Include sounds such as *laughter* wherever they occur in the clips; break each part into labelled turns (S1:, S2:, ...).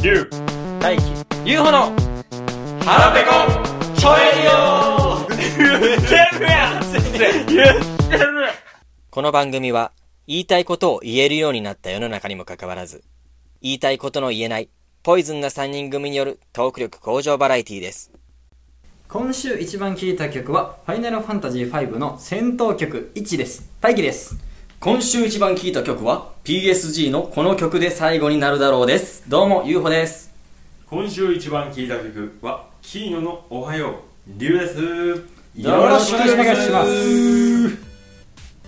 S1: ゆう、
S2: 大輝 UFO の
S1: 腹ペコ、ちょえよ言ってるやん言ってる
S2: この番組は言いたいことを言えるようになった世の中にもかかわらず言いたいことの言えないポイズンな3人組によるトーク力向上バラエティーです
S3: 今週一番聴いた曲は「ファイナルファンタジー5」の戦闘曲1です大輝です
S4: 今週一番聴いた曲は PSG のこの曲で最後になるだろうですどうも UFO です
S1: 今週一番聴いた曲は、キーノのおはよう、りゅうです。
S4: よろしくお願いします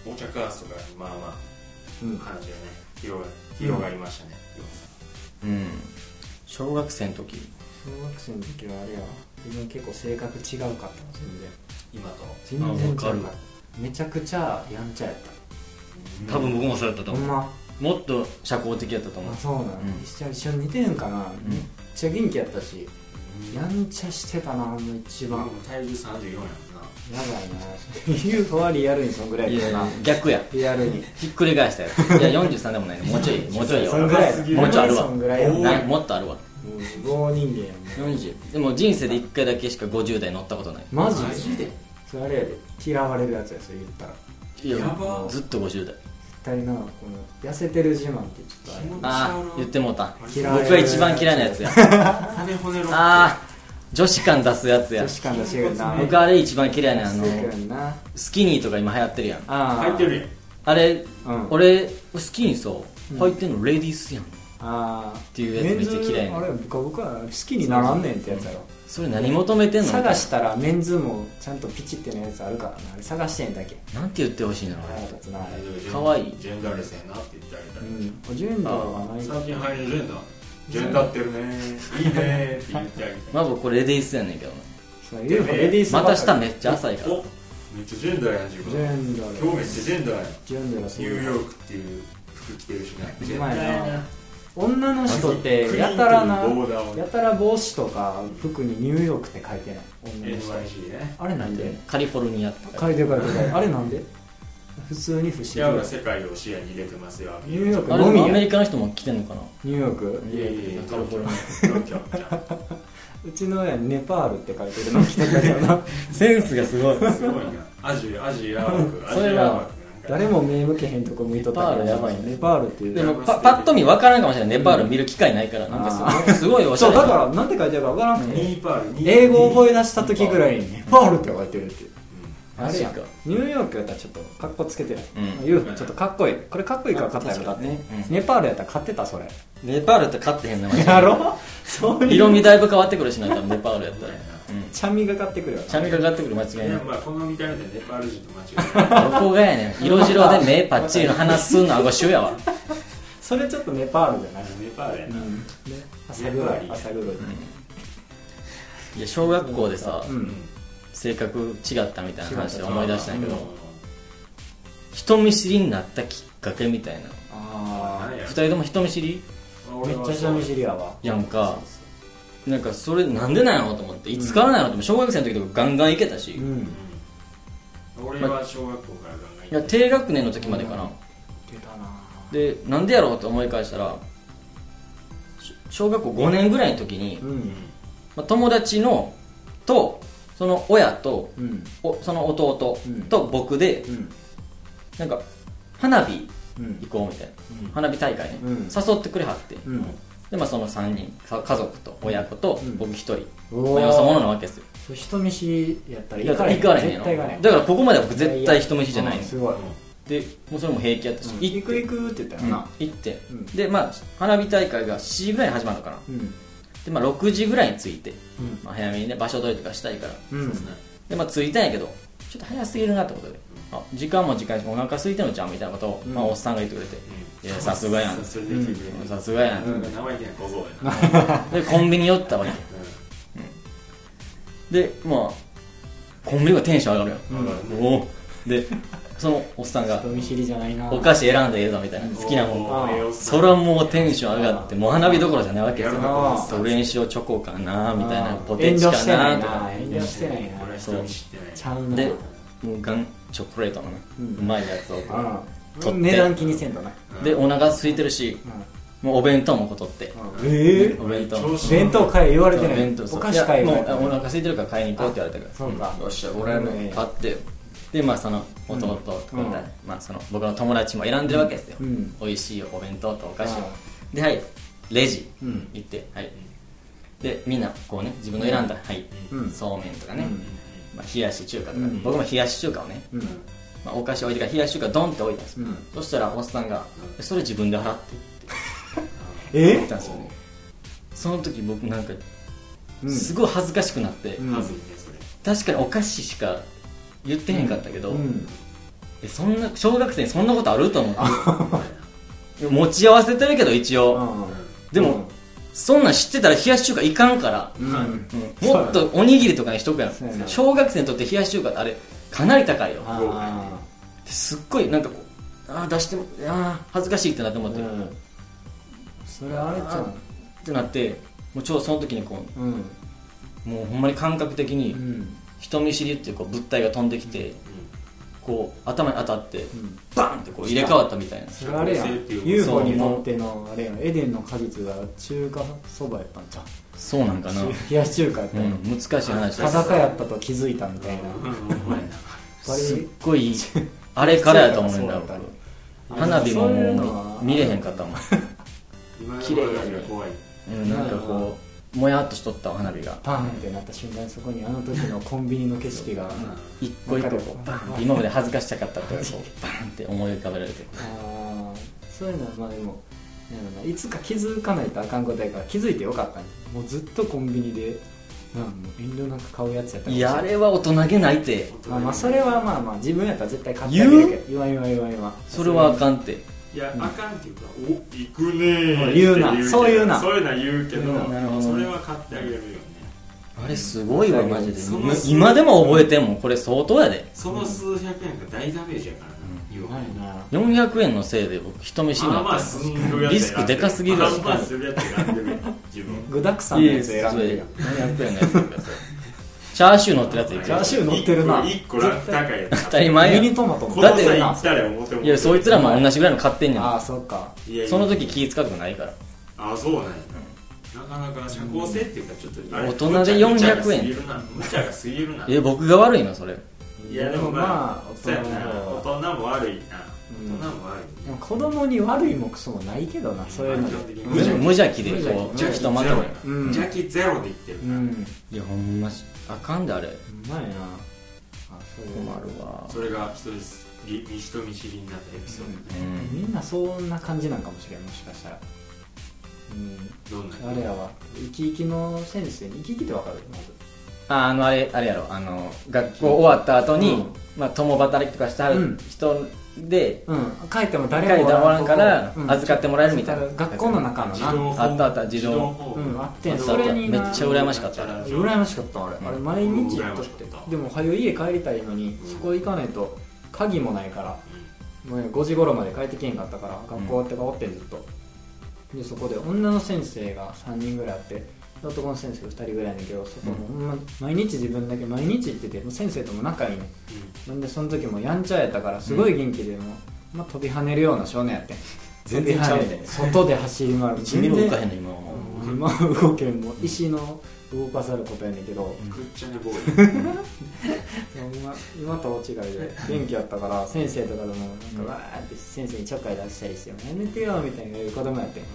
S1: お茶カーストが、まあまあ、感じがね、広が広がりましたね。
S4: うん小学生の時
S3: 小学生の時はあれやわ自分結構性格違うかったの
S1: 今と。
S3: 全然全然違う
S4: あわか
S3: めちゃくちゃやんちゃやっ
S4: 多分僕もそうやった
S3: た
S4: と
S3: ほん
S4: 思う
S3: ま
S4: もっと社交的やったと思う
S3: あそうなの、
S4: うん
S3: 一緒一緒に似てんかな、めっちゃ元気やったしやんちゃしてたなもう一
S1: 今
S3: 番、
S1: も体重34やもんな。
S3: やばいな UFO はリアルにそんぐらい
S4: い
S3: や
S4: や
S3: かな
S4: 逆や
S3: リアルに
S4: ひっくり返 *laughs* したよいや43でもないねもうちょいもうちょいよ
S3: そんぐらい
S1: す
S3: だ
S1: げえ
S4: もうちょいあるわ
S3: そんぐらいやな
S4: なもっとあるわ
S3: もう棒人間やもん
S4: 40でも人生で1回だけしか50代乗ったことない
S3: マジ
S1: マジで
S3: それあれやで嫌われるやつやそれ言ったら
S4: いや
S1: やば
S4: ずっと50代
S3: 絶対なこの痩せてる自慢ってちょっとあれ
S4: ああ言ってもうた
S3: 嫌われる
S4: 僕が一番嫌いなやつや
S3: *laughs*
S1: 骨骨ロック
S4: ああ女子感出すやつや
S3: 女子感出してくんな
S4: 僕あれ一番嫌いなあの
S3: してくんな
S4: スキニーとか今流行ってるやん
S3: あー
S1: 入ってるやん。
S4: あれ、
S3: うん
S4: 俺スキニーさ
S3: うん
S4: 履いてんのレディースやん
S3: あって
S4: いうやつめっちゃ嫌いな
S3: あれ僕は僕は好きにならんねんってやつやろ
S4: それ何求めてんの
S3: 探したらメンズもちゃんとピチってのやつあるからなあれ探してんだけ
S4: なんて言ってほしいの
S3: 腹立つなあれ
S4: 可愛い
S1: ジェンダーレスやなって言ってあげた
S3: う
S1: り
S3: んジェンダーはない
S1: 最近入るジェンダージェンダーってるねいいねって言ってあげた
S4: まあ僕これレディースやねんけどな
S3: そういうレディースばっか
S4: 股
S3: り
S4: 下めっちゃ浅いから
S1: おめっちゃジェンダーやん自
S3: ジ
S1: 分
S3: ェンダー
S1: 今日めっちゃジェンダーやん
S3: ジェンダーがす
S1: ニ
S3: ごい
S1: ューヨークっていう服着てるしね
S3: う
S1: ジェンダ
S3: まい
S1: ーや
S3: な女の人ってやたらな
S1: クリーンというボーダーをね
S3: やたら帽子とか服にニューヨークって書いてない女の人
S1: NYC ね
S3: あれなんで
S4: カリフォルニアとか
S3: 書いてる書いてるあれなんで普通に不思議
S1: シアが世界を視野に入れてますよ
S3: ニューヨーク
S4: あれ
S3: のみ
S4: アメ
S3: や
S4: リカの人も来てんのかな
S3: ニューヨーク
S1: いやいやいや
S4: カリフォルニ
S3: うちの親にネパールって書いてるの来てたけどな
S4: アセンスがすごい
S1: アすごいなアジアアジア枠アジ
S4: それ
S1: ア
S4: は
S1: 枠なんか
S3: 誰も目向けへんとこ向いとったけど
S4: ネパールやばいね
S3: ネパールってい
S4: で
S3: う
S4: もパパッと見分からんかもしれないネパール見る機会ないからなんかす
S3: あ
S4: ごいすごいおしゃ
S3: そう
S4: れ
S3: だからなんて書いてあるか分からんくて
S1: ニーパール
S3: 英語
S1: え
S3: 覚え出した時ぐらいにネパールって書いてるっていうあ
S4: マ
S3: れ
S4: ジ
S3: やん
S4: か
S3: ニューヨークやったらちょっとカッコつけてない、
S4: うん
S3: ユーフちょっとかっこいいこれかっこいいから勝ったやろだって、
S4: 確かにねうん
S3: ネパールやったら勝ってたそれ
S4: ネパールって勝ってへんねマジで
S3: やろそういう
S4: 色味だいぶ変わってくるしな多分ネパールやったらうん
S3: ちゃみがかってくるよな
S4: ちゃみがかかってくる間違
S1: い
S4: いない
S1: やまあこの見た目でネパール人と間違えない
S4: どこがやねん色白で目パッチリの鼻すんのあごしゅうやわ
S3: それちょっとネパールじゃない、
S1: ネパールやな
S3: ね朝黒い
S1: ネパール
S3: 朝黒い、
S4: いや小学校でさ、
S3: うん
S4: 性格違ったみたいな話で思い出したんやけ
S1: う
S4: ど人見知りになったきっかけみたいな
S3: あ
S4: 二人とも人見知り
S3: あめっちゃ人見知りやわ
S4: やんかなんかそれなんでなんやろと思っていつからなんやろと思って小学生の時とかガンガンいけたし、
S3: う
S4: い
S3: ん
S1: 俺は小学校からガンガン
S4: や低学年の時までかな、
S3: 出たな
S4: でなんでやろうと思い返したらし小学校5年ぐらいの時に、
S3: うん
S4: まあ、友達のとその親と
S3: うん
S4: おその弟
S3: うん
S4: と僕で、
S3: うん
S4: なんか花火
S3: うん
S4: 行こうみたいな、
S1: うん
S4: 花火大会ね、
S3: うん
S4: 誘ってくれはって、
S3: うん
S4: でまあその3人か家族と親子と
S3: うん
S4: 僕1人、
S3: う
S4: まあ、よそ者なわけですよ
S3: そう人見知りやったら
S4: だから行
S3: 行か
S4: かれ
S3: れ
S4: へん
S3: へん絶
S4: やろ
S3: 対行かれへん
S4: だからここまでは僕絶対人見知りじゃない
S3: うん
S4: の
S3: すごい
S4: でもうそれも平気やったし、
S3: うん
S4: 行
S3: 行く行くって言ったよな
S4: 行って、
S3: うん
S4: でまあ花火大会が7時ぐらいに始まるのかな
S3: うん
S4: でまあ6時ぐらいに着いて、
S3: うん
S4: まあ、早めにね場所取りとかしたいから
S3: うん
S4: でまあ着いたんやけどちょっと早すぎるなってことで、あ時間も時間やしお腹空いてんのじゃんみたいなことを、
S3: うん
S4: まあ、おっさんが言ってくれて、いやさすがやん
S1: さすがやん
S4: さすがやん、
S1: 生意気な小僧やな
S4: でコンビニ寄ったわけでまあコンビニがテンション上がるや
S1: うん
S4: ん、おおでそのおっさんが
S3: 人見知りじゃないな
S4: お菓子選んでええぞみたいな好きなもんそらもうテンション上がってもう花火どころじゃないわけです
S1: や
S4: よ
S1: るなこいつ
S4: どれにしろチョコかなみたい
S3: あ
S4: な
S3: ー
S4: ポテチ
S3: 遠慮
S4: か
S3: してな
S4: ない
S3: な
S4: とか
S3: 遠慮してないな
S1: 俺は人見知ってない
S3: ちゃうな
S4: でもうガンチョコレートのね
S3: うん
S4: うまいやつをこ
S3: あ
S4: 取って
S3: 値段気にせんとな
S4: うでお腹空いてるし
S3: う
S4: もうお弁当もことって
S1: え
S4: お弁当
S3: 弁当買え言われてない
S4: 弁当そう
S3: お菓子買え
S4: い
S3: 言
S4: や
S3: われ
S4: も
S3: てないう
S4: お腹空いてるから買いに行こうって言われたから
S3: そうか
S4: よっしゃ俺も買ってでまあその弟とかみたいなまあ、その僕の友達も選んでるわけですよ、
S3: うん
S4: 美味しいお弁当とお菓子を
S3: あ
S4: ではいレジ
S3: うん
S4: 行って、はいでみんなこうね自分の選んだ、はい
S3: うん
S4: そうめんとかね、
S3: うん
S4: まあ、冷やし中華とか、
S3: うん
S4: 僕も冷やし中華をね、
S3: うん
S4: まあ、お菓子置いてから冷やし中華ドンって置いたんですよ、
S3: うん
S4: そしたらおっさんが「それ自分で払って」言っ
S3: え
S4: たんですよねその時僕なんか
S3: うん
S4: すごい恥ずかしくなって、
S3: うん
S1: はずいねそれ
S4: 確かにお菓子しか言ってへんかったけど、
S3: うん
S4: えそんな小学生にそんなことあると
S3: *laughs*
S4: 思って持ち合わせてるけど一応、でも、そんなん知ってたら冷やし中華いかんから、
S3: うんうん
S4: うんもっとおにぎりとかにしとくやん
S3: そうやな
S4: 小学生にとって冷やし中華ってあれかなり高いよ
S3: あ
S4: ですっごいなんかこうああ出してもああ恥ずかしいってなって思
S3: あ
S4: って、っ
S3: んそれあれちゃ
S4: てなってもうちょうどその時にこ
S3: ううん
S4: うもうほんまに感覚的に
S3: うん
S4: 人見知りっていうこう物体が飛んできて、こう頭に当たって、
S3: ん
S4: バンってこう入れ替わったみたいな
S3: それあれやん
S1: 社交性っていうか
S3: UFO にとってのあれやんエデンの果実が中華そばやったんちゃう
S4: そうなんかな、うん、
S3: 冷やし中華やったんや
S4: 難しい話です
S3: 裸やったと気づいたみたいなバ
S4: すっ
S3: リ
S4: ごいあれからやと思うんだよ
S3: そうやっ
S4: 僕花火も
S3: そういう
S4: も
S3: のは
S4: う見れへんかったもん、
S1: 今の
S4: 綺麗やね
S1: 話が怖い
S4: うん、なんかこうもやっとしとった花火が
S3: パンってなった瞬間にそこにあの時のコンビニの景色があ
S4: 一個一個こうバンって今まで恥ずかしたかったことがこうバンって思い浮かべられて
S3: あそういうのはまあでもなんやろないつか気づかないとあかんことやから気づいてよかったんやもうずっとコンビニでなんかもう遠慮なく買うやつやったかも
S4: い
S3: しれん
S4: やあれは大人げないって
S3: まあまあそれはまあまあ自分やったら絶対買ってあげるけど言わん言わん言わん言わん
S4: それはあかんって
S1: いやあかんっていうかお行くねー
S3: 言うな
S1: ってけど
S3: そういうな
S1: そういうな言うけど
S3: うん
S4: なるほど
S1: それは買ってあげるよね
S4: あれすごいわマジで
S1: その
S4: 今でも覚えてんもんこれ相当やで
S1: その数百円が大ダメージやからな言わ
S3: な
S1: ない
S3: いな
S4: 400円のせいで僕人見知りに
S1: まあま
S4: な
S1: あ
S4: った
S1: すんるやつ
S4: リスクでかすぎる
S1: まあまあするやつ選んでるやん自分
S3: 具だくさん
S4: い
S3: の
S4: いで
S3: やつ
S4: す
S3: 選んでるやん
S4: 400円のやつくださいチャーシュー乗ってるやつい
S3: チャーシ
S4: く
S3: ュー乗ってるな
S1: 1個ラ高いやつ
S4: 当たり前や
S3: ミニトマト
S1: こ
S3: も
S1: の
S4: だって
S1: 際
S3: な
S1: 行ったら表も
S4: いやそいつらも同じぐらいの買ってんね
S3: ああ
S4: ん
S3: そっか
S1: いやいや
S4: その時気使うとかないから
S1: あそうなんやなかなか社交性っていうかちょっとあれ
S4: 大人で
S1: 無茶が
S4: 400円
S1: 過ぎるな無茶が過ぎるな
S4: え僕が悪いのそれ
S1: いやでもまあ
S3: でもまあ
S1: 大人な大人も悪いな
S3: うん
S1: 大人も悪い
S3: でも子供に悪いもクソもないけどなそういうの
S1: 基本的に
S4: 無邪無邪気で
S3: 無邪気
S4: こう
S3: 無邪気
S4: 人まとめ
S3: う
S1: うん
S3: ん
S1: 邪気ゼロで言ってる
S3: う
S1: な、
S3: ん
S4: いやほんましあかんであれ
S3: うまいなあそういうの
S4: 困るわ
S1: それが人ですり人見知りになったエピソードね、
S4: うん
S3: みんなそんな感じなんかもしれんもしかしたらう
S1: どんなん
S3: あれやわ生き生きの先生に生き生きってわかるまず
S4: ああのあれあれやろあの学校終わった後に、
S3: うん
S4: まあ共働きとかしてはる人で、
S3: うん帰っても
S4: 誰
S3: 誰
S4: も
S3: も
S4: おらんから
S3: うん
S4: 預かってもらえるみたいな
S3: 学校の中の
S1: 自
S3: な
S1: 動
S4: あったあった自動
S3: うんあってん
S4: そ
S3: そ
S4: れ
S3: れ
S4: に
S3: に
S4: めっ
S3: な
S4: ちゃ羨ましかった
S1: うん
S3: 羨ましかったあれ、
S4: うん
S3: あれ毎日やっとっ
S1: 羨ましかってた
S3: でも早い家帰りたいのに、
S1: うん
S3: そこ行かないと鍵もないから、もうね5時頃まで帰ってけんかったから学校終わってからおってんずっと、でそこで女の先生が3人ぐらいあって男の先生2人ぐらいだけどそこも、ほんま毎日自分だけ毎日行っててもう先生とも仲いいねなんでその時もやんちゃやったからすごい元気でもう、まあ、飛び跳ねるような少年やってん
S4: 全然ちゃうね
S3: 飛び跳ねて外で走り回る
S4: 1ミリも動かへんの今はもう
S3: 今動けんも石の動かさることやねんけど、
S1: うんグッチャネボーイ
S3: 今今と大違い
S4: *laughs*
S3: で元気やったから先生とかでもなんかわーって先生にちょっかい出したりして「やめてよ」みたいな言う子供やってでも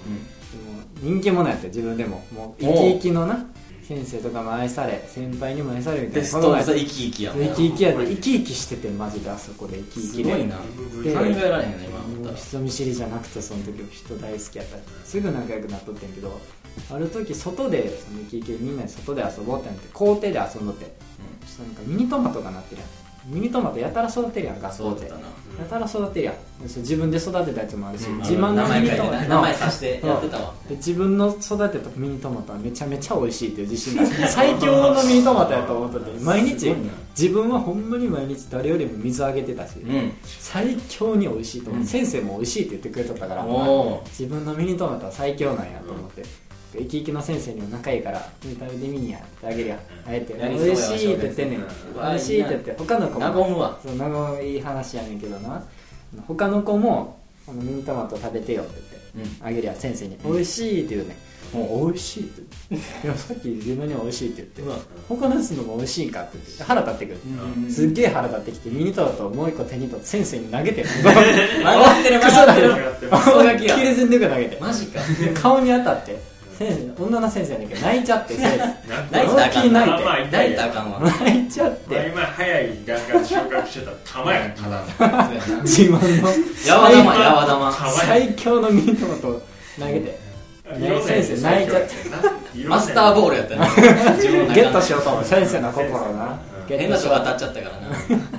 S3: 人気者やって自分でももう生き生きのな先生とかも愛され先輩にも愛されみたい
S4: ベ
S3: な
S4: ス
S3: 子
S4: ト
S3: 供や
S4: オ
S3: って
S4: ブ生き生きやん
S3: 生き生きやで生き生きしててマジであそこで生き生
S4: す
S3: き
S4: ご
S3: で
S4: いな考
S3: で
S4: えられへんな今思
S3: も
S4: った
S3: う
S4: ら
S3: 人見知りじゃなくてその時人大好きやったしすぐ仲良くなっとってんけどある時外でそのイケイケみんなで外で遊ぼうってなって校庭で遊んどって、そしたらなんかミニトマトがなってるやんミニトマトやたら育てるやん学
S4: そ
S3: 校
S4: う
S3: で
S4: だったな
S1: うん
S3: やたら育てるやんでそれ自分で育てたやつもあるし、
S1: うん
S3: 自慢のミニトマト
S4: 名前さしてやってたわ
S3: で自分の育てたミニトマトはめちゃめちゃ美味しいっていう自信があって最強のミニトマトやと思っとって毎
S4: す
S3: 日
S4: ごいな
S3: 自分はほんまに毎日誰よりも水あげてたし、
S4: うん
S3: 最強に美味しいと思う、
S4: うん
S3: 先生も美味しいって言ってくれとったから
S4: おー
S3: 自分のミニトマトは最強なんやと思って、イキイキの先生にも仲いいから「食べてみんや」ってあげるやんあえて「
S4: やりそうや
S3: 美味しい」って言ってんねん
S4: う
S3: 「
S4: わ
S3: 美味しい」って言って他の子
S4: 和
S3: も
S4: むわ
S3: そうなごいい話やねんけどな他の子も「あのミニトマト食べてよ」って言ってあげりゃ先生に「美味しい」って言うね「もう美味しい」って言って「いやさっき自分に美味しい」って言って
S4: うわ
S3: 「他のやつのも美味しいんか」って言って腹立ってくるすっげえ腹立ってきてミニトマトをもう一個手に取って先生に投げ
S4: *laughs*
S3: てる
S4: 曲がってる曲がってる
S3: 思いっきり全力投げて
S4: マジか
S3: 顔に当たって先生女の先生やねんけど泣いちゃって先生
S4: 泣いたら
S3: 思い
S4: あか
S3: っきり
S4: ん
S3: 泣い
S4: わ
S3: て
S1: まあ
S4: 泣いたらあかんわ
S3: 泣いちゃっ
S1: まあ
S3: て
S1: 今早い段階で収穫してた玉やただの
S3: 自慢の
S4: やわだまやわだま
S1: 玉や
S3: 最強のミニトマトを投げて
S1: いろんなやつ
S3: 先生泣いちゃって
S1: いろんな
S4: マ
S1: やつ
S4: スターボールやったな
S3: *laughs*
S4: 自分の中で
S3: ゲットしようと思って先生の心をな
S1: うん
S3: ゲッ
S4: 変
S3: ト
S4: な
S3: し
S4: 人
S3: よう
S4: が
S3: と思っ
S4: 当たってちゃったからな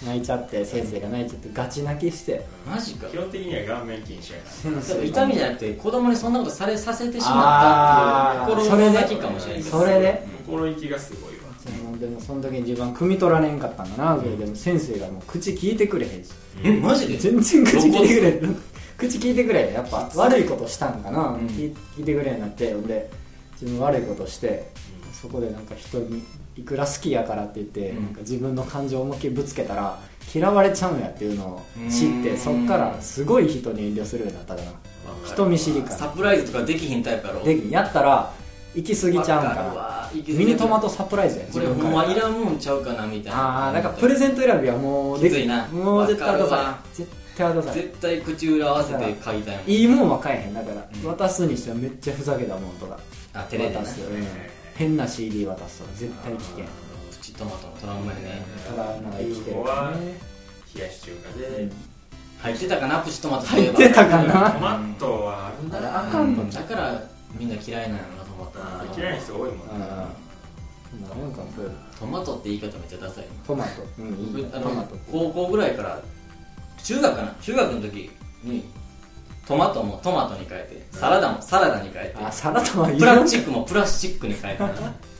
S3: 泣いちゃって先生が泣いちゃってガチ泣きして
S4: マジか
S1: 基本的には顔面禁止やか
S4: 痛みじゃなくて子供にそんなことされさせてしまったっていう心の先かもしれない
S3: それで
S1: ら心意気がすごいわ
S3: でもその時に自分は汲み取られんかったんだな、でも先生がもう口聞いてくれへんし
S4: えマジで
S3: 全然口聞いてくれん口聞いてくれんやっぱ悪いことしたんかな、
S4: うん
S3: 聞い聞いてくれんなってほんで自分悪いことしてそこでなんか人にいくら好きやからって言って、
S4: うん
S3: なんか自分の感情を思いっきりぶつけたら嫌われちゃうんやっていうのを知っ
S4: う
S3: て
S4: ん
S3: そっからすごい人に遠慮するようになったかな人見知りか
S4: サ
S3: ら
S4: プライズとかできひんタイプやろ
S3: でやったら行き過ぎちゃうん
S4: わる
S3: か
S4: わ
S3: らミニトマトサプライズや
S4: これほ
S3: 分
S4: ん
S3: ら
S4: まいらんもんちゃうかなみたいな
S3: ああだからプレゼント選びはもうで
S4: きついな
S3: もう絶対渡
S4: わかる
S3: さ
S4: わ
S3: い絶対渡さい
S4: 絶対口裏合わせて買いたいもん
S3: いいもんは買えへんだから、
S4: うん
S3: 渡すにしてはめっちゃふざけたもんとか
S4: あテレビ
S3: 渡
S4: な
S3: す、うん変な CD 渡すとか絶対危険
S4: プチトマトのトラウマやね
S3: ただなんか生きてる
S1: ここは冷やし中華で
S4: 入ってたかなプチトマト
S3: 入ってたか
S1: ト
S3: な
S1: マトはあるんだ
S4: だ
S1: な
S4: あかんのだからみんな嫌いなんやろなトマト
S1: 嫌いな人多いもんね
S3: うんなんかそういう
S4: トマトって言い方めっちゃダサいな
S3: トマトうんいいね
S4: 僕あ
S3: トマ
S4: の
S3: ト
S4: 高校ぐらいから中学かな中学の時にトマトもトマトに変えてサラダもサラダに変え
S3: あ
S4: て
S3: サラダはいい
S4: プ
S3: よ
S4: ラスチックもプラスチックに変えて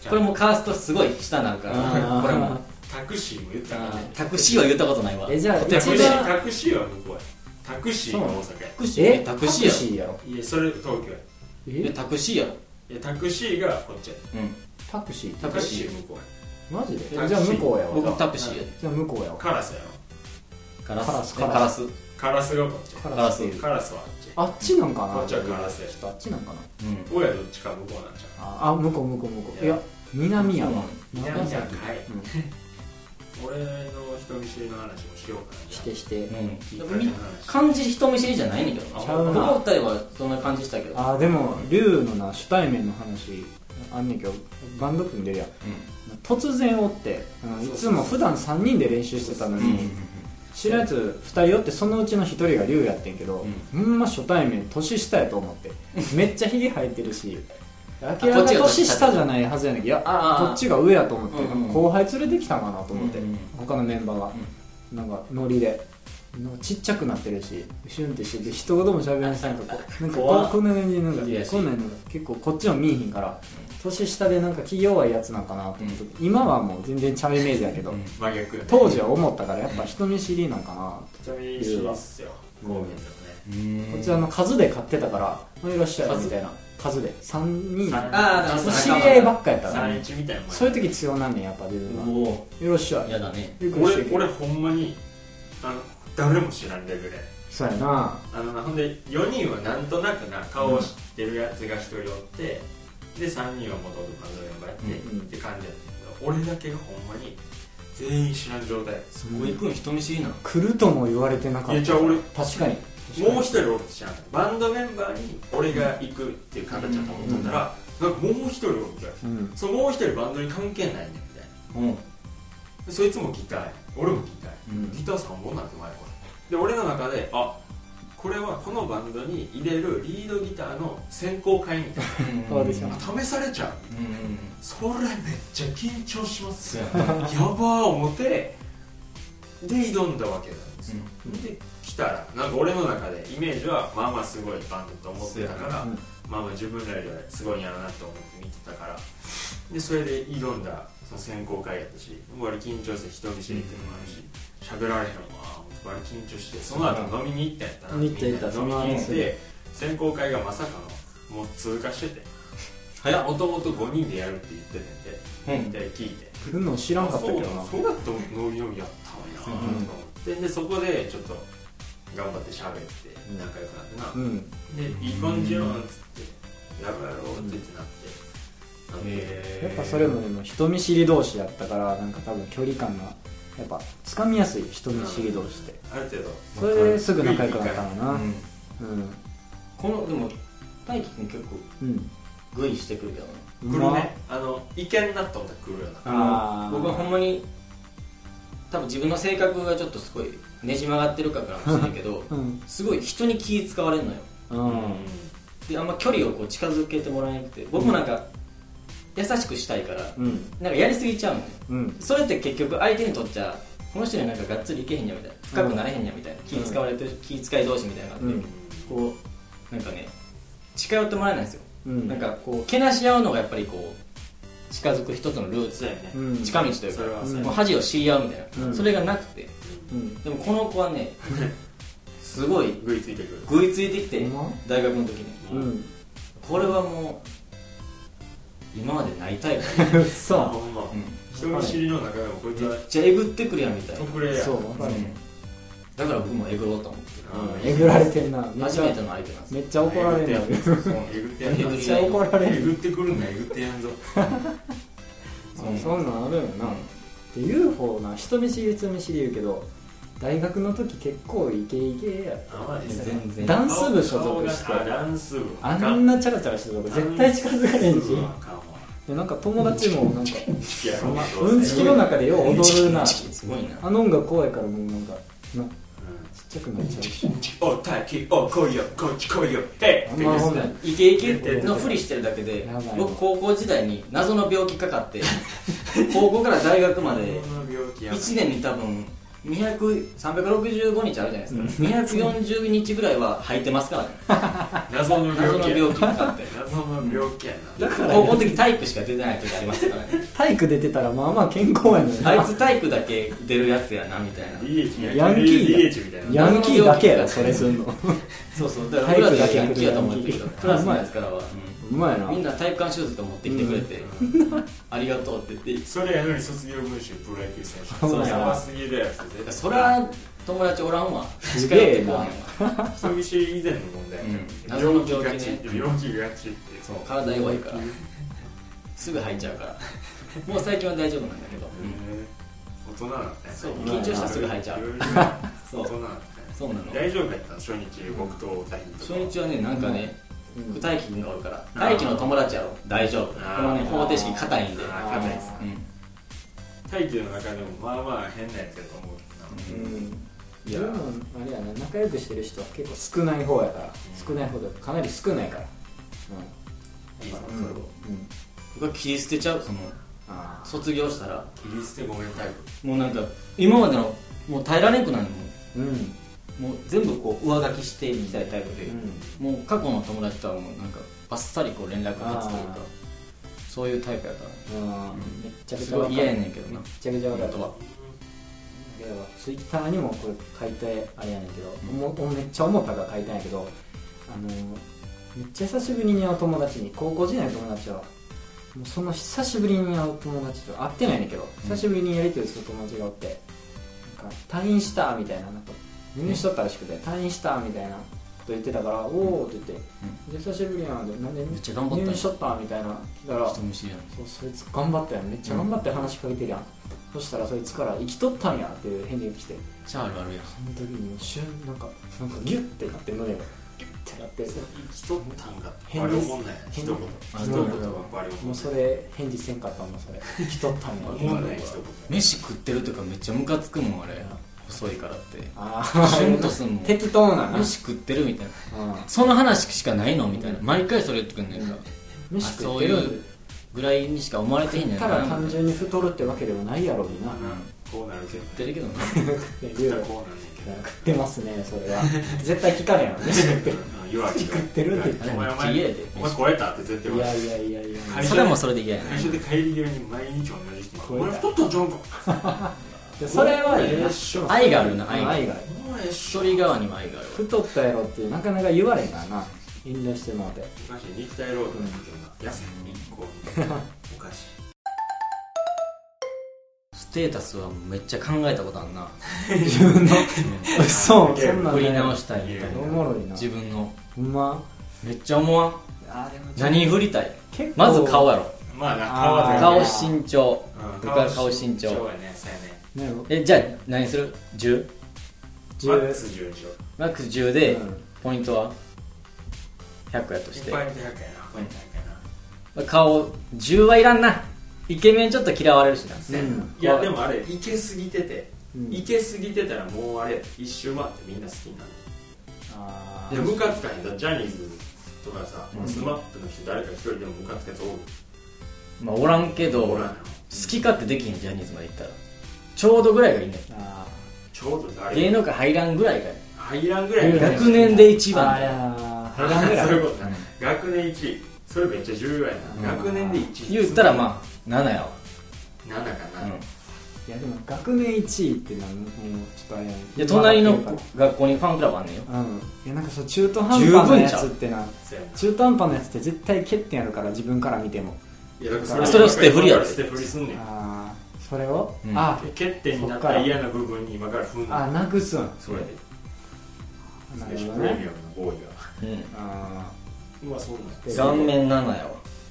S4: これもカーストすごい下なんか
S3: あ
S4: ら
S3: ー
S4: これも
S1: タクシーも言ったから
S4: あ
S1: ね
S4: ータクシーは言ったことないわ
S3: えじゃあ
S4: とても
S1: タク
S3: 一
S1: シ
S3: 番
S1: ータクシーは向こうやタクシーが大阪や
S4: タクシー
S3: え
S4: えタクシーやろ
S3: やろ
S1: いやそれ東京や
S4: え
S3: え
S4: タクシーやろ
S1: いやタクシーがこっちや
S4: うん
S3: タクシー
S4: タ
S1: タ
S4: ク
S1: ク
S4: シ
S1: シ
S4: ー
S1: ー向こうや
S3: マジで
S1: タクシー
S3: じゃあ向こうやわ
S4: 僕タクシーやで
S3: じゃあ向こうやわ
S1: カラスやろ
S4: カラ
S3: カラス
S4: スえカラス
S1: カラスがこっちや
S3: カ
S4: ラス
S1: カラスはあっちや
S3: あっちなんかな
S1: こっちはガラスや
S3: ちょっとあっちなんかな
S4: うん
S1: 親どっちか向こうなんちゃ
S3: あ向こう向こう向こうい
S1: いや
S3: や南やわ
S1: う南やんかい
S3: うん
S1: 俺の人見知りの話もしようかな
S3: してして
S4: うん
S1: じ
S4: で
S1: ゃあ
S4: もみ漢字人見知りじゃないねんだけどな
S3: ちゃうな
S4: この二人はそんな感じしたけど
S3: あでも龍のな初対面の話あんねんけどバンド組んでるやん突然おってうんいつも普段3人で練習してたの
S4: う
S3: に知らんやつ2人おってそのうちの1人が龍やってんけどほんま初対面年下やと思ってめっちゃひげ生えてるし明らか
S4: こっち
S3: に
S4: が
S3: 年下じゃないはずやねんけどいや
S4: ああ
S3: こっちが上やと思って
S4: うんうん
S3: 後輩連れてきたんかなと思って
S4: うんうん
S3: 他のメンバーがなんかノリでなんかちっちゃくなってるしシュンってしてて一言も喋らんしなんかこうなんかこ
S4: 怖
S3: うこんな感じでなんか
S4: いや
S3: こんなんやなんか結構こっちも見えへんから年下でなんか気弱いやつなんかなと思って、今はもう全然ちゃうイメージやけど、
S4: うん
S1: 真逆やね
S3: 当時は思ったからやっぱ人見知りなんかなって
S1: ちなみに知りっすよ神戸のね
S4: うん
S3: こちらの数で買ってたから「まあいらっしゃい」
S4: 数
S3: みたいな数で3人
S1: 三
S4: あーだから
S3: 知り合いばっかやったから
S1: 三一みたいなもんや
S3: そういう時必要なんねんやっぱ自分は「
S4: お
S3: よっしゃ
S4: お
S3: い
S4: やだね」
S3: ゆっくりして
S1: 俺俺ほんまにあの誰も知らんレベルや
S3: そうやな
S1: あのなほんで4人はなんとなくな顔を知ってるやつが1人おって、で3人は元々バンドメンバーやって、
S3: うんうん
S1: って感じやったけど俺だけがほんまに全員知らん状態
S4: すごいくん人見知りなの
S3: 来るとも言われてなか
S1: いや
S3: っ
S1: じ
S3: た
S1: ゃあ俺
S3: 確かに
S1: もう一人おるじゃんバンドメンバーに俺が行くっていう形だと思ったら、なんかもう一人おるみたいな
S3: うん
S1: そのもう一人バンドに関係ないねんみたい
S4: うん
S1: なでそいつもギターや俺もギターや
S4: うん
S1: ギター3本なんて前これで俺の中であこれはこのバンドに入れるリードギターの選考会みたい
S3: そうでしょ
S1: なあ試されちゃう
S4: うん
S1: それめっちゃ緊張
S4: *laughs*
S1: します
S4: そう
S1: よ
S4: やな
S1: やばー思ってで挑んだわけなんですよ、で来たらなんか俺の中でイメージはまあまあすごいバンドと思ってたから、
S3: うん
S1: まあまあ自分らよりはすごいんやろなと思って見てたからでそれで挑んだその選考会やったし割り緊張して人見知りっていうのもあるし喋られへんわ割り緊張してその後飲みに行ったんやったな
S3: うん
S1: みんなで
S3: 行った行った
S1: 飲みに行っ
S3: その後
S1: て選考会がまさかのもう通過してて
S4: 早っ
S1: もともと5人でやるって言って
S4: う
S1: たん
S4: ん
S1: で、で聞いて
S3: 来るの知らんかったけどな
S1: そうそうだとノリノリやったわやなと思って、でそこでちょっと頑張って喋って
S3: うん
S1: 仲良くなってな、
S3: うん
S1: でいい感じやんっつってやろうやろうって言ってなって、なんで
S3: やっぱそれもでも人見知り同士やったからなんか多分距離感がやっぱつかみやすい人見知り同士って
S1: ある程度
S3: それですぐ仲良くなったのなうん
S4: このでも大輝くん結構
S3: うん
S4: グイしてくるけどね
S1: 来るねあの意見なと思ったら来るよな
S3: あー
S4: 僕はほんまに多分自分の性格がちょっとすごいねじ曲がってるからかもしれないけ
S3: *laughs*
S4: ど
S3: うん
S4: すごい人に気使われるのよ
S3: うん
S4: であんま距離をこう近づけてもらえなくて僕もなんか優しくしたいから
S3: うん
S4: なんかやりすぎちゃうのよ
S3: うん
S4: それって結局相手にとっちゃこの人にはなんかがっつりいけへんやみたいな深くなれへんやみたいな、気使われてる気使い同士みたいなのがあって、
S3: うん
S4: こうなんかね近寄ってもらえないんですよ、
S3: うん
S4: なんかこうけなし合うのがやっぱりこう近づく一つのルーツ
S1: そうやね、
S3: うん
S4: 近道という
S1: そ
S4: か
S1: れはそうや
S3: ん
S1: ね
S4: もう恥を知り合うみたいな、
S3: うん
S4: それがなくて
S3: うん
S4: でもこの子
S3: *laughs*
S4: はねすごい
S1: ぐいついてくる
S4: 食いついてきて
S3: ほんま
S4: 大学の時に
S3: うん
S4: これはもう今までないタイプ、
S1: あ
S3: *laughs* そ
S1: ほんま
S4: うん
S1: 人見知りの中でもこいつ
S4: め
S1: は
S4: っちゃえぐってくるやんみたいな
S1: 特例
S3: う
S1: や
S3: そうわかる
S4: だから僕もえぐろうと思って
S1: うん
S3: えぐられてんなめっち
S4: 初
S3: ゃ
S4: めての相手なんです
S3: めっちゃ怒られる
S1: えぐってやんぞそうえぐってやんぞ
S3: めっちゃ怒られ
S1: え
S3: る
S1: ぐってくるんだえぐってやんぞ
S4: そ
S3: そ
S4: う
S3: んなんあるよな、で UFO な人見知り人見知り言うけど大学の時結構イケイケや
S1: あまり
S4: 全然
S3: ダンス部所属して
S1: ダンス部
S3: あんなチャラチャラしてるとこ絶対近づかへんし
S1: あかんわ
S3: でなんか友達もなんか
S1: いやまあ
S3: うんちきの中でよう踊るな
S4: すごいな
S3: あの音楽怖いからもうなんかな
S1: う
S3: ちっちゃくなっちゃうし
S1: んおたきお来いよこっち来いよへい
S3: あんまほんな
S4: イケイケってのふりしてるだけで
S3: やばいな
S4: 僕高校時代に謎の病気かかって *laughs* 高校から大学まで1年に多分200 365日あるじゃないですか240日ぐらいは吐いてますからね
S1: 謎の
S4: 謎の
S1: 病気
S4: *laughs* 病気かかって
S1: 謎の病気やな
S3: だから
S4: 高校の時体育しか出てない時ありましたから
S3: *laughs*
S4: ね
S3: 体育出てたらまあまあ健康やねんな
S4: あいつ体育だけ出るやつやなみたいな
S1: DH や
S3: ヤンキーや
S1: DH みたいな
S3: ヤンキーだけやろそれすんの
S4: そうそうだから僕らだけヤンキーやと思ってるけ
S3: 体育
S4: ど
S3: だけ
S4: クラスのやつからは、
S3: うまいな
S4: みんな体育館シューズとか持ってきてくれて、ありがとうって言って
S1: それやのに卒業文集プロ野球選手
S3: そう
S4: や
S1: やばすぎるやつ絶対
S4: そりゃ友達おらんわ
S3: すげえな
S4: 近寄ってこうへんわ
S1: 人見知り以前の問題
S4: うん謎
S1: 病
S4: の
S1: 気が
S4: 病気
S1: ちっ
S4: ね
S1: て病気がちって
S4: そう体弱いからすぐ入っちゃうからもう最近は大丈夫なんだけど、
S1: 大人なんだね
S4: そう
S3: 緊張したら
S4: すぐ吐いちゃう
S1: ろろね
S4: そう
S1: 大人なんだね
S4: そうなの
S1: 大丈夫やったの初日僕と大変
S4: 初日はねなんかね、
S3: うん
S4: 大輝君がおるから大輝の友達やろ大丈夫こ
S1: あー
S4: のね方程式硬いんで、
S1: あー硬いです
S4: うん
S1: 大気の中でもまあまあ変なやつやと思う
S3: う
S1: け
S3: ん
S4: い
S3: で
S4: や
S3: もあれやな仲良くしてる人は結構少ない方やから少ない方でかなり少ないからうん、う
S4: うん
S1: どないいなそれを
S3: ん、
S4: 僕は切り捨てちゃうその
S3: ああ
S4: 卒業したら
S1: 切り捨てごめんタイプ
S4: もうなんか今までのもう耐えられんくなる
S3: うん
S4: もうもう全部こう上書きしていきたいタイプで、もう過去の友達とはもうなんかバッサリこう連絡が立つというか
S3: あ
S4: そういうタイプやから
S3: うんめっちゃく
S4: す
S3: ちゃわ
S4: ご
S3: かる
S4: い嫌やねんけど
S3: め
S4: な
S3: っちゃくちゃわかる
S4: 本当は
S3: ではツイッターにもこれ書いてあれやねんけど、もうめっちゃ思ったから書いたんやけどあのめっちゃ久しぶりに会う友達に高校時代の友達はもうその久しぶりに会う友達と会ってないねんだけど、久しぶりにやり取りする友達がおってなんか退院したみたいななんか入院しとったらしくて退院したみたいなこと言ってたからおおって言って、で久しぶりやなんでなんで
S4: めっちゃ頑張ったね
S3: 入院しとったみたいな聞いたら
S4: 人見知りやねん
S3: そうそいつ頑張ったやんめっちゃ頑張って話しかけてるやん、そしたらそいつから生きとったんやっていう返事が来て
S4: シャールあるやん
S3: その時にもう瞬なんかなんかギュッてなって胸がギュッてなって
S1: 生きとったんがバリ思んない一
S3: 変
S1: 言
S3: です
S1: 一言がバ
S3: も
S1: リ思
S3: うんそ
S1: ない
S3: れ返事せんかったもんそれ生きとったんや
S1: 思んない一言
S4: 飯食ってるとかめっちゃムカつくもんあれ細いからって
S3: あ
S4: シュンと
S3: あ
S4: すんもん
S3: 適当なな、うん
S4: 飯食ってるみたいなその話しかないのみたいな毎回それ言ってくんねんから
S3: 飯食って
S4: あそういう
S3: る
S4: ぐらいにしか思われてへんねん
S3: ただ単純に太るってわけでもないやろみんな
S1: こうなるけ
S4: 言
S1: ど
S4: ってるけどな
S3: って
S1: 食
S3: い
S1: った
S3: う
S1: ら
S3: 食
S1: こうなんねんけど
S3: ってますねそ
S4: *laughs*
S3: れは絶対聞かれへんやろ飯食ってる
S1: うん弱いけど
S3: 食ってるって言っ
S4: あ
S3: て
S4: れ
S1: お
S4: め
S1: 前
S4: っ
S1: お
S4: ちゃ
S1: 前
S4: 嫌やで
S1: お前超えたって絶対
S3: い
S1: 言わ
S3: や
S1: れる
S3: いやいやいや
S1: はい
S4: それもそれで嫌やな
S1: 会社で帰り際に毎日同じ人
S3: 超え
S1: お
S3: た
S1: 前太ったんちゃうんか
S3: でそれはええな
S4: 愛があるな愛が
S3: 愛がある
S1: お前し
S4: 一人側にも愛があるわ
S3: 太ったやろってなかなか言われんからな遠慮してもうて
S1: おかしい肉体労働の時が痩せにこうおかしい
S4: ステータスはめっちゃ考えたことあん *laughs* な
S3: *laughs* 自分の *laughs* そうそんなん
S4: 振り直
S3: し
S4: したいみたい
S3: お
S4: な
S3: もろいな
S4: 自分の
S3: ほんま
S4: めっちゃ思わん
S3: あーでも
S4: 何振りたい
S3: 結構
S4: まず顔やろ
S1: まあな
S3: あー
S4: 顔
S1: 顔し
S4: 身長
S1: うん
S4: 僕は顔身長
S1: そうやねそうやね
S3: ね
S4: えじゃあ何する 10?
S1: マッ
S3: 10
S1: クス10にしよう
S4: マックス10で
S3: うん
S4: ポイントは100やとし
S1: しててポイント100やなポイント100やな
S4: 顔10はいらんなイケメンちょっと嫌われるしな
S1: そうやな
S3: うん
S1: いやでもあれいけすぎてて
S3: うん
S1: いけすぎてたらもうあれ一周回ってみんな好きになる
S3: あ
S1: で
S3: ー
S1: ムカつかへんとジャニーズとかさ、
S4: うん
S1: スマップの人誰か一人でもムカつけとおる
S4: まあおらんけど
S1: おら
S4: 好
S1: んの
S4: き勝手できへんジャニーズまで行ったらちょうどぐらいがいいね
S3: あ
S1: ちょうど誰
S4: 芸能界入らんぐらいがいい
S1: 入らんぐらい
S3: 入らん
S1: 学
S4: 学年で一
S3: ー
S4: 番
S3: あ
S4: だよ
S3: ーいやー
S1: 年 *laughs* そういうこと
S4: う
S1: だ
S4: ん
S1: 学年1位それめっちゃ重要やな、
S4: うん
S1: 学年で1位
S4: 言ったらまあ7やわ
S1: 7か
S4: う
S1: な、
S4: ん
S3: *laughs* いやでも学年1位ってなんもうちょっとあれやね
S4: いや隣の
S3: うん
S4: 学校にファンクラブあんねんよ
S3: いやなんかそう中途半端なやつってな
S1: そうやな
S3: 中途半端なやつって絶対欠点あるから自分から見ても
S1: いやだから
S4: それを捨て振りやで
S1: 今から捨て振りすんねん
S3: ああそれを、
S4: うん
S3: あ
S1: 欠点になった嫌な部分に今から踏ん
S3: あ
S1: だ
S3: なくすん
S1: それで
S3: なるほどね
S1: 最初プレミアムのボーイが
S4: うん
S3: あ
S1: うわそうなん
S3: ー
S4: 顔面7やわ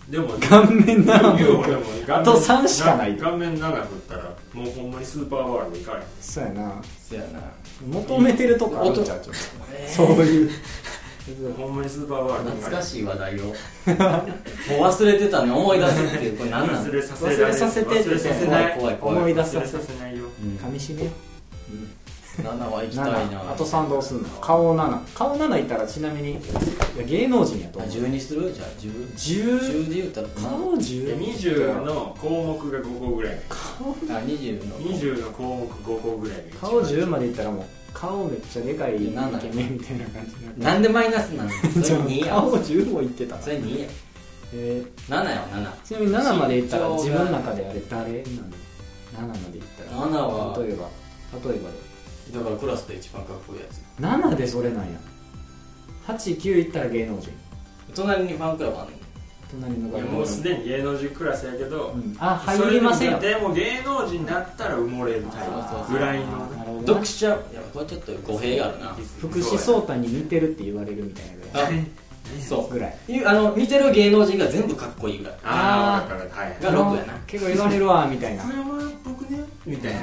S1: でも
S3: 顔面なの
S1: 言うほども
S3: あと3しかない
S1: 顔面7振ったらもうほんまにスーパーワールドいかれへん
S3: そうやな
S4: そやな
S3: 求めてるとこあるんちゃうちょっとそういう
S1: ほんまにスーパーワールドに
S4: 懐
S1: なる
S4: かしい話題を *laughs* もう忘れてたね思い出すっていうこれ何な
S1: 忘
S4: の
S1: れさせない
S3: 忘れさせて
S1: 忘れさせない
S4: 怖い怖
S3: 思
S4: い怖
S3: い
S4: い
S3: 出させ
S1: 忘れないよ
S4: うん
S3: 噛み締めよ
S4: 7は行きたい
S3: 7
S4: な
S3: あと3どうすんの顔7顔7いたらちなみにいや芸能人やと
S4: あ
S3: 思う
S4: 10にするじゃあ10
S3: 10
S4: 10で言うたら
S3: 顔
S1: で
S3: 10
S1: 20の項目が5個ぐらい
S4: あ20の
S1: 20の項目5個ぐらいが一番
S3: 顔10までいったらもう顔めっちゃでかいイケメ
S4: なんなん
S3: ンみたいな感じになる
S4: なんでマイナス *laughs* なのそれ2や
S3: 顔10もいってたな
S4: それ2や
S3: え
S4: 7やわ
S3: ーちなみに7までいったら
S4: 身長が
S3: 自分の中であれ誰なの7までいったら
S4: 7は
S3: 例えば例えばで
S4: 7だからクラスで一番かっこいいやつ
S3: 7でそれなんや89いったら芸能人
S4: 隣にファンクラブあんねん
S3: 隣の
S1: いや
S3: 学
S1: もうす
S3: 校
S1: でに芸能人クラスやけど、
S3: うんあ入りませんよ
S1: それでもでも芸能人だったら埋もれるタイ
S4: あ
S1: プぐらいの
S3: なるほど
S4: 読者やっぱこれちょっと語弊があるな
S3: 福士
S1: う
S3: 蒼汰に似てるって言われるみたいなぐらい
S4: あそ
S3: ぐらいう
S4: いうあの見てる芸能人が全部かっこいいぐらい
S1: ああだから大変
S4: が6やな
S3: 結構言われるわみたいな
S1: これは僕ねみたいな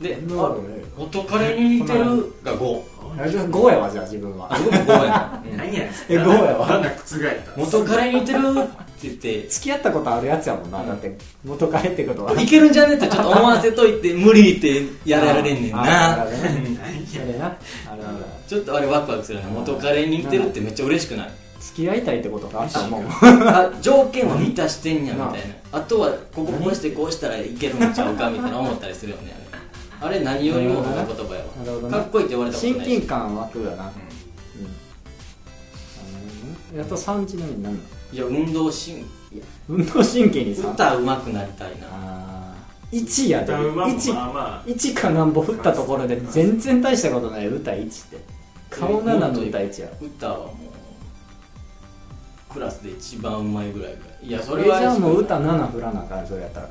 S4: で
S3: そんなことない
S4: 元彼に似てるが5
S3: あじゃあ5やわじゃあ自分は
S4: 僕も5やな
S1: 何やねん
S3: えゴーやわ
S1: なんだ覆った
S4: 元彼に似てるって言って
S3: 付き合ったことあるやつやもんな、
S4: うん
S3: だって元彼ってことは
S4: いけるんじゃねってちょっと思わせといて無理ってやられれんねん
S3: あ
S4: な
S3: あるあ
S4: *laughs*
S3: るね
S1: 何
S3: それなあるある
S4: ちょっとあれワクワクするな元彼に似てるってめっちゃ嬉しくない
S3: 付き合いたいってことがあったもん
S4: あ条件は満たしてんやみたいなあとはこここうしてこうしたらいけるんちゃうかみたいな思ったりするよねあれあれ何よりも褒め言葉
S3: なる
S4: や
S3: ほど
S4: わ
S3: ね
S4: かっこいいって言われたこと
S3: 親
S4: ない
S3: 近
S4: し
S3: 感湧くよなうん、あのやっと3ちなみに何なの
S4: いや運動神
S3: 運動神経にさ
S4: 歌うまくなりたいな
S3: あ1やで
S1: 歌うまくまあ
S3: 1,
S1: ま
S3: 1かなんぼ振ったところで全然大したことない歌1って顔7の歌1やろ
S4: 歌はもうクラスで一番うまいぐらいぐらいいやそ
S3: え
S4: れ
S3: じ
S4: は
S3: ゃあもう歌7振らなあかんそれやったら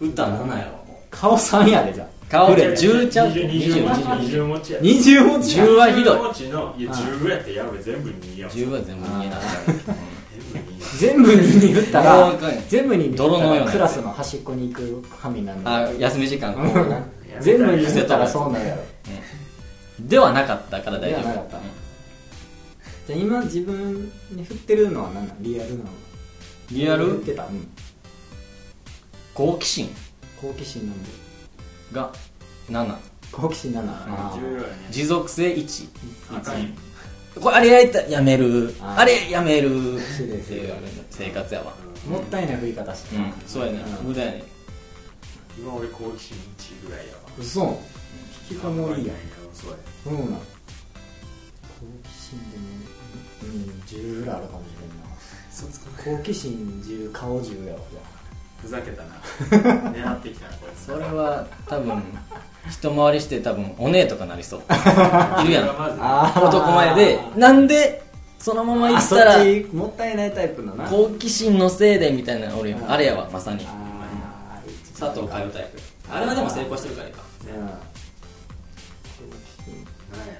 S4: 歌7やわも
S3: 顔3やでじゃあ
S4: 顔
S3: 振
S1: あ
S3: れ
S4: 10ちゃう
S1: 20 20持ち20持ちや
S3: 20持ちや
S4: 10はひどい
S1: 持ちのいや10ぐらいってやべ全部2や
S4: う
S1: わ
S4: 10は全部見えなかった
S1: 全部2や
S3: 全部に振ったら
S4: もう一回
S3: 全部に振った
S4: 泥のよ
S3: ら
S4: うなやつ
S3: クラスの端っこに行く神なん
S4: あ
S3: だ
S4: 休み
S3: *laughs*
S4: 時間こ
S3: う
S4: うん
S3: 全部に振ったらそうなるやろ
S4: ではなかったから大丈夫
S3: ではなかったじゃあ今自分に振ってるのは何なんリアルなの
S4: リア
S3: 振っ
S4: ル
S3: てた、うん、
S4: 好奇心
S3: 好奇心なんで
S4: が7
S3: 好奇心7あ
S1: 重要
S3: ー
S1: やね
S4: 持続性1
S1: あかんよ
S4: これあれやりたいやめる
S3: あ
S4: あ
S3: ー
S4: れやめるっ
S3: 失
S4: て
S3: 礼
S4: いう生活やわ
S3: もったいない振り方して
S4: う
S3: た、
S4: んそうやね
S3: うん
S4: 無駄やね
S1: 今俺好奇心1ぐらいやわ
S3: 嘘引きこもりや
S1: そうや
S3: そうなん好奇心でもうん10ぐらいあるかもし
S1: 嘘つくな
S3: れんな好奇心10顔10やわじゃ
S1: ふざけたな狙ってきたなこいつ
S4: それは多分一回りして多分お姉とかなりそう *laughs* いるやん
S1: あ
S3: あ
S4: 男前でなんでそのまま行
S3: あ
S4: っ
S3: そ
S4: た
S3: っ
S4: ら
S3: ちもったいないタイプのな
S4: 好奇心のせいでみたいなの俺やん
S3: あー
S4: あれやわまさに
S3: あー
S4: 佐藤通うタイプあれはでも成功してるからいいか
S3: うん
S1: なんや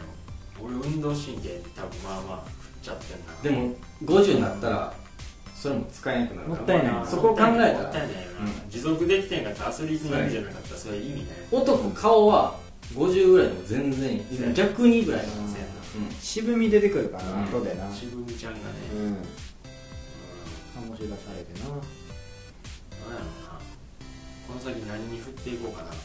S1: ろ俺運動神経多分まあまあ振っちゃってん
S4: で
S1: な
S4: も50になったらそれも使えなくなるから
S3: もったいない
S1: まあ
S4: そこを考えたら
S1: もったいないよな
S4: う
S1: 持続できてんかったらアスリートなんじゃなかったらそれ意味ない
S4: 男顔は50ぐらいでも全然い
S1: うん
S4: い逆にぐらいの
S1: せや
S4: う
S3: 渋み出てくるから
S4: うん
S3: な後でなう
S1: な渋みちゃんがね
S3: ん醸し出されてなで
S1: うんなんやろなこの先何に振っていこうかな
S3: も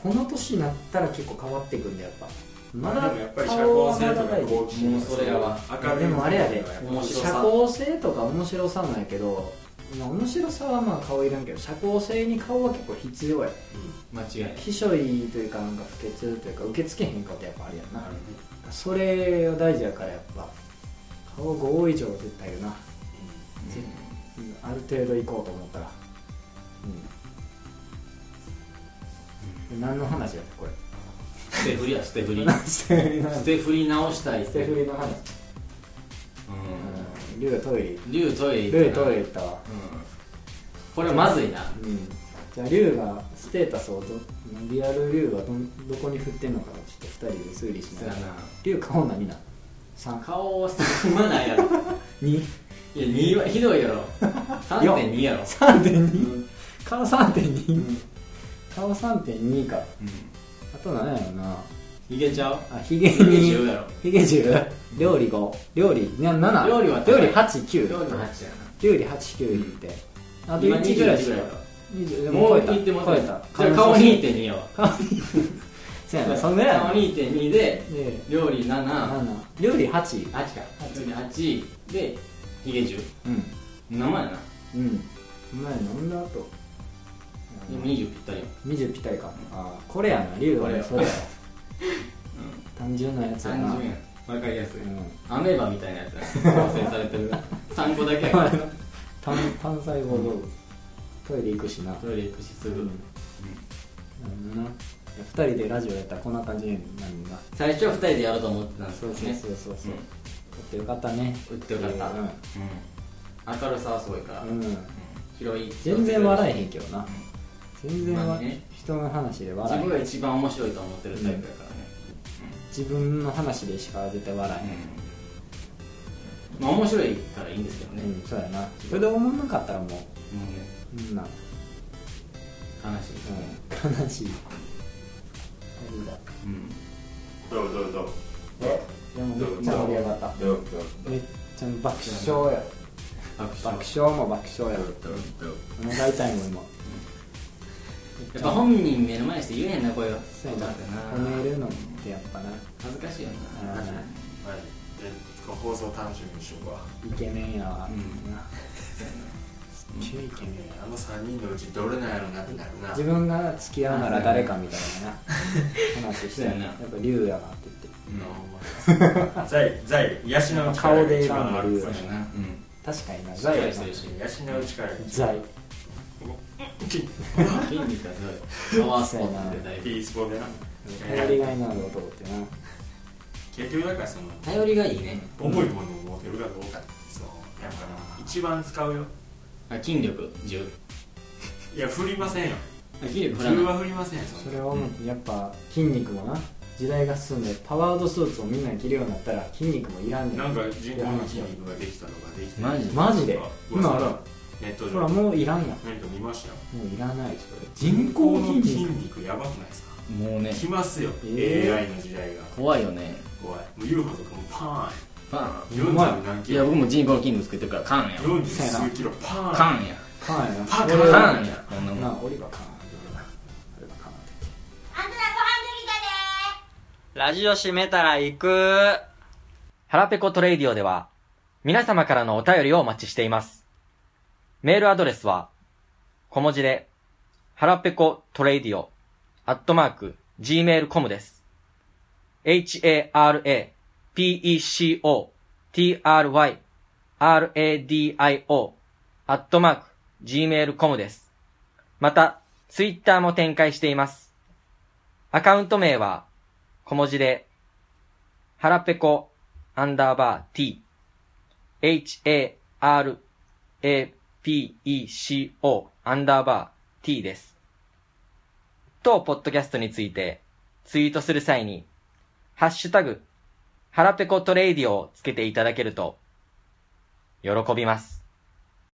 S3: この年になったら結構変わっていくんだやっぱま
S1: で
S3: だ
S1: もやっぱり社
S3: 顔
S1: 交
S3: は
S1: 性
S3: まだ
S1: とか
S3: ない
S1: 好奇心
S4: も
S1: とか
S4: うそれやわ
S1: 明るい
S3: でもあれやで
S4: 面白
S3: 社
S4: さ
S3: 交性とか面白さなんやけどまあ面白さはまあ顔いらんけど社交性に顔は結構必要や
S4: 間違い *laughs* ない
S3: ひしょいというかなんか不潔というか受け付けへんかってやっぱあれやん
S1: うんあ
S3: な
S1: るね
S3: それが大事やからやっぱ顔5以上は絶対いるな、絶うんある程度行こうと思ったらうん、何の話やったこれ
S4: 捨て振りや捨て *laughs* 振り
S3: 捨て振りの話
S4: 捨て振り直したい
S3: 捨て振りの話うん龍トイレ
S4: うん竜トイレ行ったな
S3: 龍トイレ行ったわ
S4: うんこれまずいな
S3: うんじゃあ龍がステータスをどリアル龍はどどこに振ってんのかちょっと2人で推理し
S4: そ
S3: な
S4: や
S3: がら
S4: な
S3: 龍顔何な3か
S4: 顔はすまないや *laughs* ろ
S3: 2
S4: いや2はひどいやろ3.2やろう
S3: 3.2?
S4: ん
S3: 顔3.2、
S4: うん
S3: 顔3.2かあと何やろな
S4: ひげちゃう
S3: あヒゲ
S4: ひげ10
S3: 2
S4: や
S3: ヒゲ10料理5料理な7
S4: 料理は
S3: 料理
S4: ろ
S3: 89
S4: 料理の8や
S3: 料理89いって
S4: な
S3: あと1ぐらいしか
S4: やろ
S3: 20でも
S4: も
S3: 超
S4: う
S3: えた
S4: いっても
S3: 超えた
S4: じゃあ顔2.2やわ
S3: そうやなそんぐらいやな
S4: 顔2.2で
S3: で
S4: 料理78
S3: 7料理8
S4: か料理8でひげ10
S3: うん
S4: 名前やな
S3: うんお前飲んだ後
S4: でも20ぴったりや
S3: 20ぴったりかあーこれやな龍はねそ
S4: こ
S3: れ
S4: れ
S3: や単純なやつやな
S4: 30円わかりやすい
S3: うん
S4: アメーバみたいなやつや *laughs* な構成されてる3個だけやから
S3: 単単細胞動物トイレ行くしな
S4: トイレ行くしすぐ
S3: うんなるほどな2人でラジオやったらこんな感じになるんだ
S4: 最初は2人でやろうと思ってたんですけどね
S3: そうそうそう
S4: うん
S3: 撮ってよかったね
S4: 打ってよかった、
S3: うん
S4: うん明るさはすごいから、うん
S3: うん
S4: 広い
S3: 全然笑えへんけどな全然
S4: まあ
S3: わ
S4: ね
S3: 人の話で
S4: 自
S3: 笑
S4: 分
S3: え
S4: が
S3: へん
S4: 一番面白いと思ってるタイプやからね、
S3: 自分の話でしか絶対笑え
S4: うんまあ面白いからいいんですけど
S3: へ
S4: ね、
S3: んうんそうやなそれで思わなかったらもう
S4: もうね
S3: うんな
S4: 悲しいですね、
S3: うん悲しい無理だ
S4: うん
S1: どうどうどう
S3: でもめっちゃ盛り上がった
S1: どうどう
S3: めっちゃ爆笑や
S4: 拍手
S3: 爆笑も爆笑や
S1: どうどう
S3: お腹痛いもん今
S4: やっぱ本人目の前にして言えへんな声が
S3: そうやな
S4: な
S3: 褒めるのってやっぱな
S4: 恥ずかしいよな
S3: うん
S1: はいでこう放送楽しみにしようか
S3: イケメンやわ、
S4: うん
S3: なすっげえイケメンや
S1: あの3人のうちどれなんやろなってなるな
S3: 自分が付き合うなら誰かみたいなな話して
S4: そうや
S3: や
S4: な
S3: っぱ龍やなって言って
S1: 財財養う力
S3: 顔で
S1: 一
S3: 選ん
S1: 番
S3: で
S1: あ
S3: る
S1: る
S3: よ
S4: そうやなうん
S3: 確かにな
S4: しっ
S3: 財
S4: か
S3: や
S4: りし
S3: な
S4: てるし
S1: 養う力
S3: 財
S4: *laughs* 筋肉がすごいパワースポットでだいぶ
S1: P スポでな
S3: 頼りがいのある男ってな
S1: 結局だからその
S4: 頼りがいいね
S1: 重いものを持てるかどうかそのやっぱな一番使うよ
S4: あ筋力10
S1: いや振りませんよ
S4: あ筋力振ら
S1: 10
S4: ない
S1: は振りませんよそ
S3: そ
S1: んな
S3: れをやっぱ筋肉もな時代が進んでパワードスーツをみんな着るようになったら筋肉もいらんね
S1: なんか人工の筋肉ができたのかできてない
S4: マジ
S3: マジで
S1: あ
S3: 今
S1: 噂
S3: ほ
S1: だ
S3: ら
S1: ネット
S3: ほら
S1: 上
S3: もういらんやんも
S1: 何か見ましたよ
S3: ういらないそれ
S1: 人
S3: 人
S1: 工
S3: 工
S1: の
S3: 筋
S1: 筋
S3: 肉
S1: 肉やばくないですか
S4: もうね
S1: 来ますよ、
S3: えー
S1: AI の時代が
S4: 怖いよね
S1: 怖いもう UFO とかもパ
S4: パ
S1: ーン40
S3: うまい
S1: 何
S4: ンい
S1: キ
S4: や
S1: ロ
S4: 僕も人工の筋肉作ってるからカンや
S1: 40数キロパーン
S4: カンや
S3: カーンや
S1: パ
S4: カ
S1: カ
S3: 俺は
S4: ンやこんなもん
S3: なあ俺がカーン俺がカーンって
S5: あんたらご飯できたでー
S2: ラジオ閉めたら行く腹ペコトレイディオでは、皆様からのお便りをお待ちしています。メールアドレスは、小文字で、腹ペコトレイディオ、アットマーク、gmail.com です。h-a-r-a-p-e-c-o-t-r-y-r-a-d-i-o、アットマーク、gmail.com です。また、ツイッターも展開しています。アカウント名は、小文字で、はらぺこ、アンダーバー t、h, a, r, a, p, e, c, o, アンダーバー t です。当ポッドキャストについてツイートする際に、ハッシュタグ、ハラペコトレイディオをつけていただけると、喜びます。